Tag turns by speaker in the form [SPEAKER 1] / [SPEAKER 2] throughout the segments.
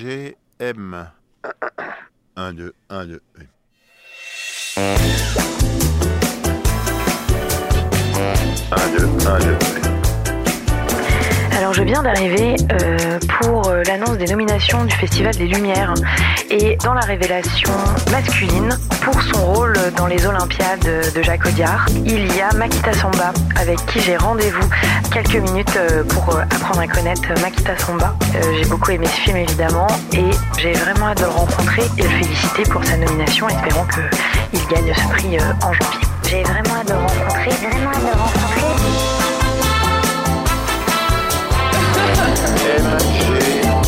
[SPEAKER 1] MGM. 1, 2, 1, 2.
[SPEAKER 2] Alors je viens d'arriver euh, pour euh, l'annonce des nominations du Festival des Lumières et dans la révélation masculine pour son rôle dans les Olympiades de Jacques Audiard, il y a Makita Samba avec qui j'ai rendez-vous quelques minutes euh, pour euh, apprendre à connaître Makita Samba. Euh, j'ai beaucoup aimé ce film évidemment et j'ai vraiment hâte de le rencontrer et le féliciter pour sa nomination, espérons qu'il gagne ce prix euh, en janvier. J'ai vraiment hâte de le rencontrer, vraiment hâte de le rencontrer.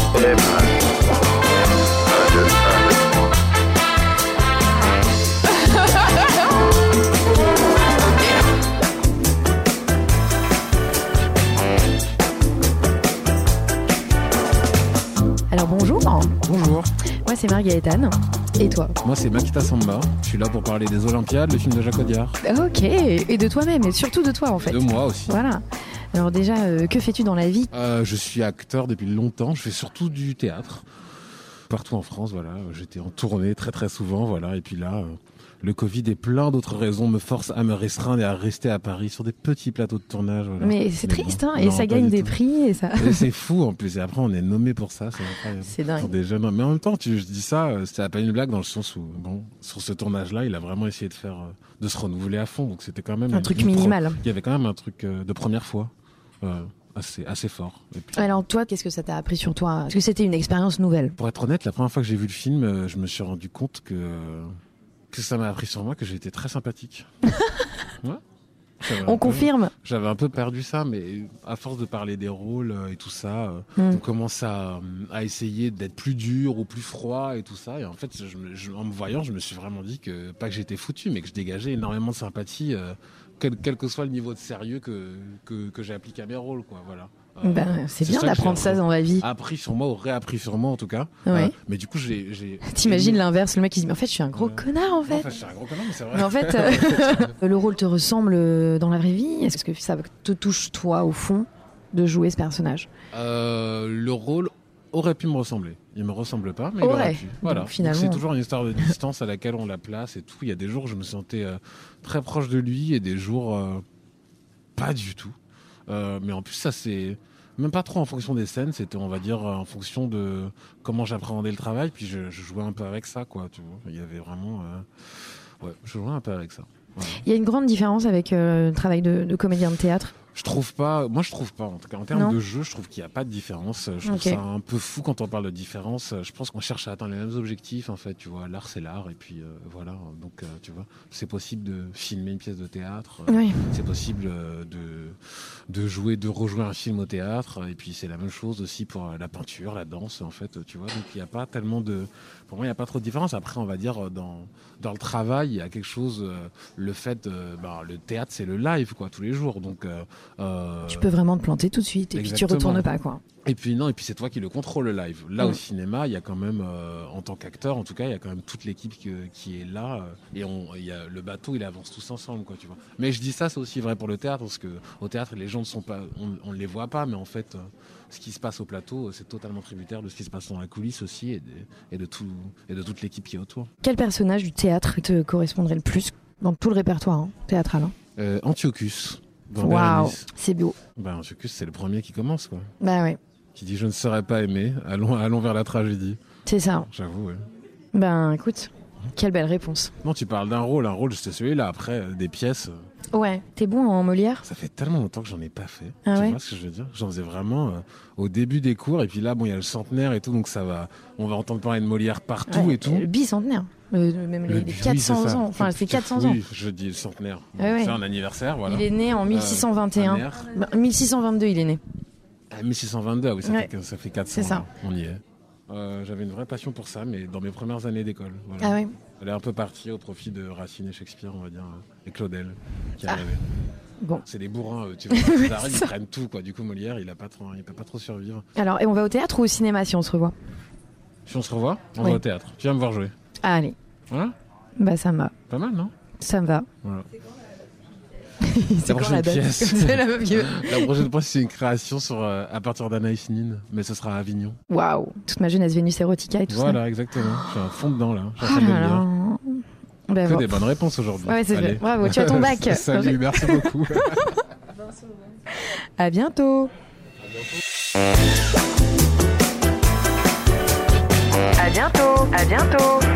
[SPEAKER 1] MGM. 1, 2, 1, 2.
[SPEAKER 3] Alors bonjour, moi
[SPEAKER 4] Bonjour,
[SPEAKER 3] c'est Marguerite Anne. Et toi
[SPEAKER 4] moi c'est Makita Samba. Je suis là pour parler des Olympiades, le film de Jacques Audiard.
[SPEAKER 3] Ok, et de toi-même, et surtout de toi en fait.
[SPEAKER 4] De moi aussi.
[SPEAKER 3] Voilà. Alors déjà, euh, que fais-tu dans la vie
[SPEAKER 4] Euh, je suis acteur depuis longtemps, je fais surtout du théâtre. Partout en France, voilà. J'étais en tournée très très souvent, voilà. Et puis là, euh, le Covid et plein d'autres raisons me forcent à me restreindre et à rester à Paris sur des petits plateaux de tournage. voilà.
[SPEAKER 3] Mais c'est
[SPEAKER 4] Mais
[SPEAKER 3] triste,
[SPEAKER 4] bon,
[SPEAKER 3] hein, et
[SPEAKER 4] non,
[SPEAKER 3] ça
[SPEAKER 4] pas
[SPEAKER 3] gagne
[SPEAKER 4] du
[SPEAKER 3] des
[SPEAKER 4] tout.
[SPEAKER 3] prix, et ça...
[SPEAKER 4] Et c'est fou en plus. Et après, on est nommé pour ça, c'est incroyable.
[SPEAKER 3] C'est
[SPEAKER 4] Pour
[SPEAKER 3] dingue.
[SPEAKER 4] des jeunes hommes. Mais en même temps, tu, je dis ça, euh, c'était à peine une blague dans le sens où, bon, sur ce tournage-là, il a vraiment essayé de faire, euh, de se renouveler à fond. Donc c'était quand même
[SPEAKER 3] Un
[SPEAKER 4] une-
[SPEAKER 3] truc
[SPEAKER 4] une pro-
[SPEAKER 3] minimal.
[SPEAKER 4] Il y avait quand même un truc euh, de première fois, euh, assez, assez fort. Et puis,
[SPEAKER 3] Alors toi, qu'est-ce que ça t'a appris sur toi Est-ce que c'était une expérience nouvelle
[SPEAKER 4] pour être honnête, la première fois que j'ai vu le film, euh, je me suis rendu compte que, euh, que ça m'a appris sur moi que j'étais très sympathique. Ouais. J'avais un
[SPEAKER 3] On
[SPEAKER 4] peu-
[SPEAKER 3] confirme
[SPEAKER 4] J'avais un peu perdu ça, mais à force de parler des rôles euh, et tout ça, euh,
[SPEAKER 3] Hmm.
[SPEAKER 4] on commence à, euh, à essayer d'être plus dur ou plus froid et tout ça. Et en fait, je me- je- en me voyant, je me suis vraiment dit que, pas que j'étais foutu, mais que je dégageais énormément de sympathie, euh, quel, quel que soit le niveau de sérieux que, que, que j'ai appliqué à mes rôles. Quoi, voilà. Euh,
[SPEAKER 3] Ben, c'est
[SPEAKER 4] c'est
[SPEAKER 3] bien
[SPEAKER 4] ça que
[SPEAKER 3] d'apprendre
[SPEAKER 4] j'ai
[SPEAKER 3] ça dans la vie.
[SPEAKER 4] appris sur moi ou réappris sur moi en tout cas.
[SPEAKER 3] Ouais.
[SPEAKER 4] Euh, mais du coup, j'ai. j'ai-
[SPEAKER 3] T'imagines l'inverse, le mec il se dit, mais en fait, je suis un gros
[SPEAKER 4] Ouais.
[SPEAKER 3] connard en
[SPEAKER 4] Non,
[SPEAKER 3] fait.
[SPEAKER 4] enfin, je suis un gros connard, mais c'est vrai.
[SPEAKER 3] Mais en fait, euh, le rôle te ressemble euh, dans la vraie vie Est-ce que ça te touche toi au fond de jouer ce personnage
[SPEAKER 4] Euh, le rôle aurait pu me ressembler. Il me ressemble pas, mais il
[SPEAKER 3] Aurait.
[SPEAKER 4] aurait pu. Voilà.
[SPEAKER 3] Donc, finalement.
[SPEAKER 4] C'est toujours une histoire de distance à laquelle on la place et tout. Il y a des jours où je me sentais euh, très proche de lui et des jours euh, pas du tout. Euh, mais en plus, ça c'est même pas trop en fonction des scènes. C'était, on va dire, euh, en fonction de comment j'appréhendais le travail. Puis je, je jouais un peu avec ça, quoi. Tu vois. Il y avait vraiment. euh, Ouais, je jouais un peu avec ça.
[SPEAKER 3] Il y a une grande différence avec euh, le travail de- de comédien de théâtre
[SPEAKER 4] Je trouve pas, moi je trouve pas, en tout cas en
[SPEAKER 3] Non.
[SPEAKER 4] termes de jeu, je trouve qu'il n'y a pas de différence. Je trouve
[SPEAKER 3] Ok.
[SPEAKER 4] ça un peu fou quand on parle de différence. Je pense qu'on cherche à atteindre les mêmes objectifs en fait, tu vois. L'art c'est l'art et puis euh, voilà, donc euh, tu vois, c'est possible de filmer une pièce de théâtre, euh,
[SPEAKER 3] Oui.
[SPEAKER 4] c'est possible euh, de, de jouer, de rejouer un film au théâtre et puis c'est la même chose aussi pour euh, la peinture, la danse en fait, tu vois. Donc il n'y a pas tellement de, pour moi il n'y a pas trop de différence. Après on va dire euh, dans, dans le travail, il y a quelque chose, euh, le fait, euh, bah, le théâtre c'est le live quoi, tous les jours. Donc euh, euh,
[SPEAKER 3] Tu peux vraiment te planter tout de suite et puis tu
[SPEAKER 4] Exactement.
[SPEAKER 3] retournes pas quoi.
[SPEAKER 4] et puis non, et puis c'est toi qui le contrôle le live. Là
[SPEAKER 3] Mm.
[SPEAKER 4] au cinéma, il y a quand même, euh, en tant qu'acteur, en tout cas, il y a quand même toute l'équipe que- qui est là. euh, et on, il y a, le bateau, il avance tous ensemble, quoi, tu vois. Mais je dis ça, c'est aussi vrai pour le théâtre, parce que au théâtre, les gens ne sont pas, on- on ne les voit pas, mais en fait, euh, ce qui se passe au plateau, euh, c'est totalement tributaire de ce qui se passe dans la coulisse aussi, et de, et de tout, et de toute l'équipe qui est autour.
[SPEAKER 3] Quel personnage du théâtre te correspondrait le plus dans tout le répertoire hein, théâtral hein
[SPEAKER 4] Euh, Antiochus. dans
[SPEAKER 3] Waouh,
[SPEAKER 4] Bérénice.
[SPEAKER 3] c'est beau.
[SPEAKER 4] Ben, Antiochus, c'est le premier qui commence, quoi.
[SPEAKER 3] Bah ouais,
[SPEAKER 4] Qui dit je ne serai pas aimé. Allons, allons vers la tragédie.
[SPEAKER 3] c'est ça.
[SPEAKER 4] J'avoue. ouais.
[SPEAKER 3] Ben écoute, quelle belle réponse.
[SPEAKER 4] Non, tu parles d'un rôle, un rôle, c'était celui-là. Après, euh, des pièces, euh,
[SPEAKER 3] Ouais, t'es bon en Molière
[SPEAKER 4] ça fait tellement longtemps que j'en ai pas fait.
[SPEAKER 3] Ah
[SPEAKER 4] tu
[SPEAKER 3] ouais
[SPEAKER 4] vois ce que je veux dire J'en faisais vraiment euh, au début des cours, et puis là, bon, il y a le centenaire et tout, donc ça va. On va entendre parler de Molière partout
[SPEAKER 3] Ouais, Euh,
[SPEAKER 4] et tout.
[SPEAKER 3] Le bicentenaire, Le- le- même les,
[SPEAKER 4] Le-
[SPEAKER 3] les
[SPEAKER 4] oui, c'est
[SPEAKER 3] 400
[SPEAKER 4] ça.
[SPEAKER 3] ans, enfin c'est 400 ans. Ah
[SPEAKER 4] Oui, je dis le centenaire. Bon,
[SPEAKER 3] Ouais, ouais.
[SPEAKER 4] C'est un anniversaire, voilà. Euh,
[SPEAKER 3] Il est né en 1621.
[SPEAKER 4] Un air.
[SPEAKER 3] Ben, 1622 il est né.
[SPEAKER 4] Ah, 1622, ah oui, ça,
[SPEAKER 3] Ouais.
[SPEAKER 4] fait, ça fait 400.
[SPEAKER 3] C'est ça.
[SPEAKER 4] ans. On y est. Euh, J'avais une vraie passion pour ça, mais dans mes premières années d'école. Voilà.
[SPEAKER 3] Ah ouais.
[SPEAKER 4] Elle est un peu partie au profit de Racine et Shakespeare, on va dire, euh, et Claudel, qui
[SPEAKER 3] Ah.
[SPEAKER 4] arrivait.
[SPEAKER 3] Bon.
[SPEAKER 4] C'est des bourrins, euh, tu vois. Ils arrivent, ils prennent tout, quoi. Du coup, Molière, il a pas trop, il peut pas trop survivre.
[SPEAKER 3] Alors, et on va au théâtre ou au cinéma si on se revoit
[SPEAKER 4] Si on se revoit, on
[SPEAKER 3] Oui.
[SPEAKER 4] va au théâtre. Tu viens me voir jouer.
[SPEAKER 3] Allez,
[SPEAKER 4] Voilà.
[SPEAKER 3] bah ça me va.
[SPEAKER 4] Pas mal, non
[SPEAKER 3] Ça me va.
[SPEAKER 4] Voilà.
[SPEAKER 3] c'est quand
[SPEAKER 4] prochaine
[SPEAKER 3] la date
[SPEAKER 4] pièce.
[SPEAKER 3] C'est la meuf qui-
[SPEAKER 4] La prochaine fois, c'est une création sur, euh, à partir d'Anaïs Nin, mais ce sera à Avignon.
[SPEAKER 3] Waouh Toute ma jeunesse Vénus Erotica et tout
[SPEAKER 4] Voilà, exactement. Je suis à fond dedans, là. Je suis
[SPEAKER 3] ça.
[SPEAKER 4] en train
[SPEAKER 3] Ah
[SPEAKER 4] de le
[SPEAKER 3] là
[SPEAKER 4] lire.
[SPEAKER 3] là. Ben,
[SPEAKER 4] Que
[SPEAKER 3] bon. Ah
[SPEAKER 4] des bonnes réponses aujourd'hui.
[SPEAKER 3] Ouais, c'est
[SPEAKER 4] Allez.
[SPEAKER 3] vrai. Bravo, tu as ton bac.
[SPEAKER 4] Salut, merci beaucoup.
[SPEAKER 3] À bientôt
[SPEAKER 2] À bientôt, à bientôt.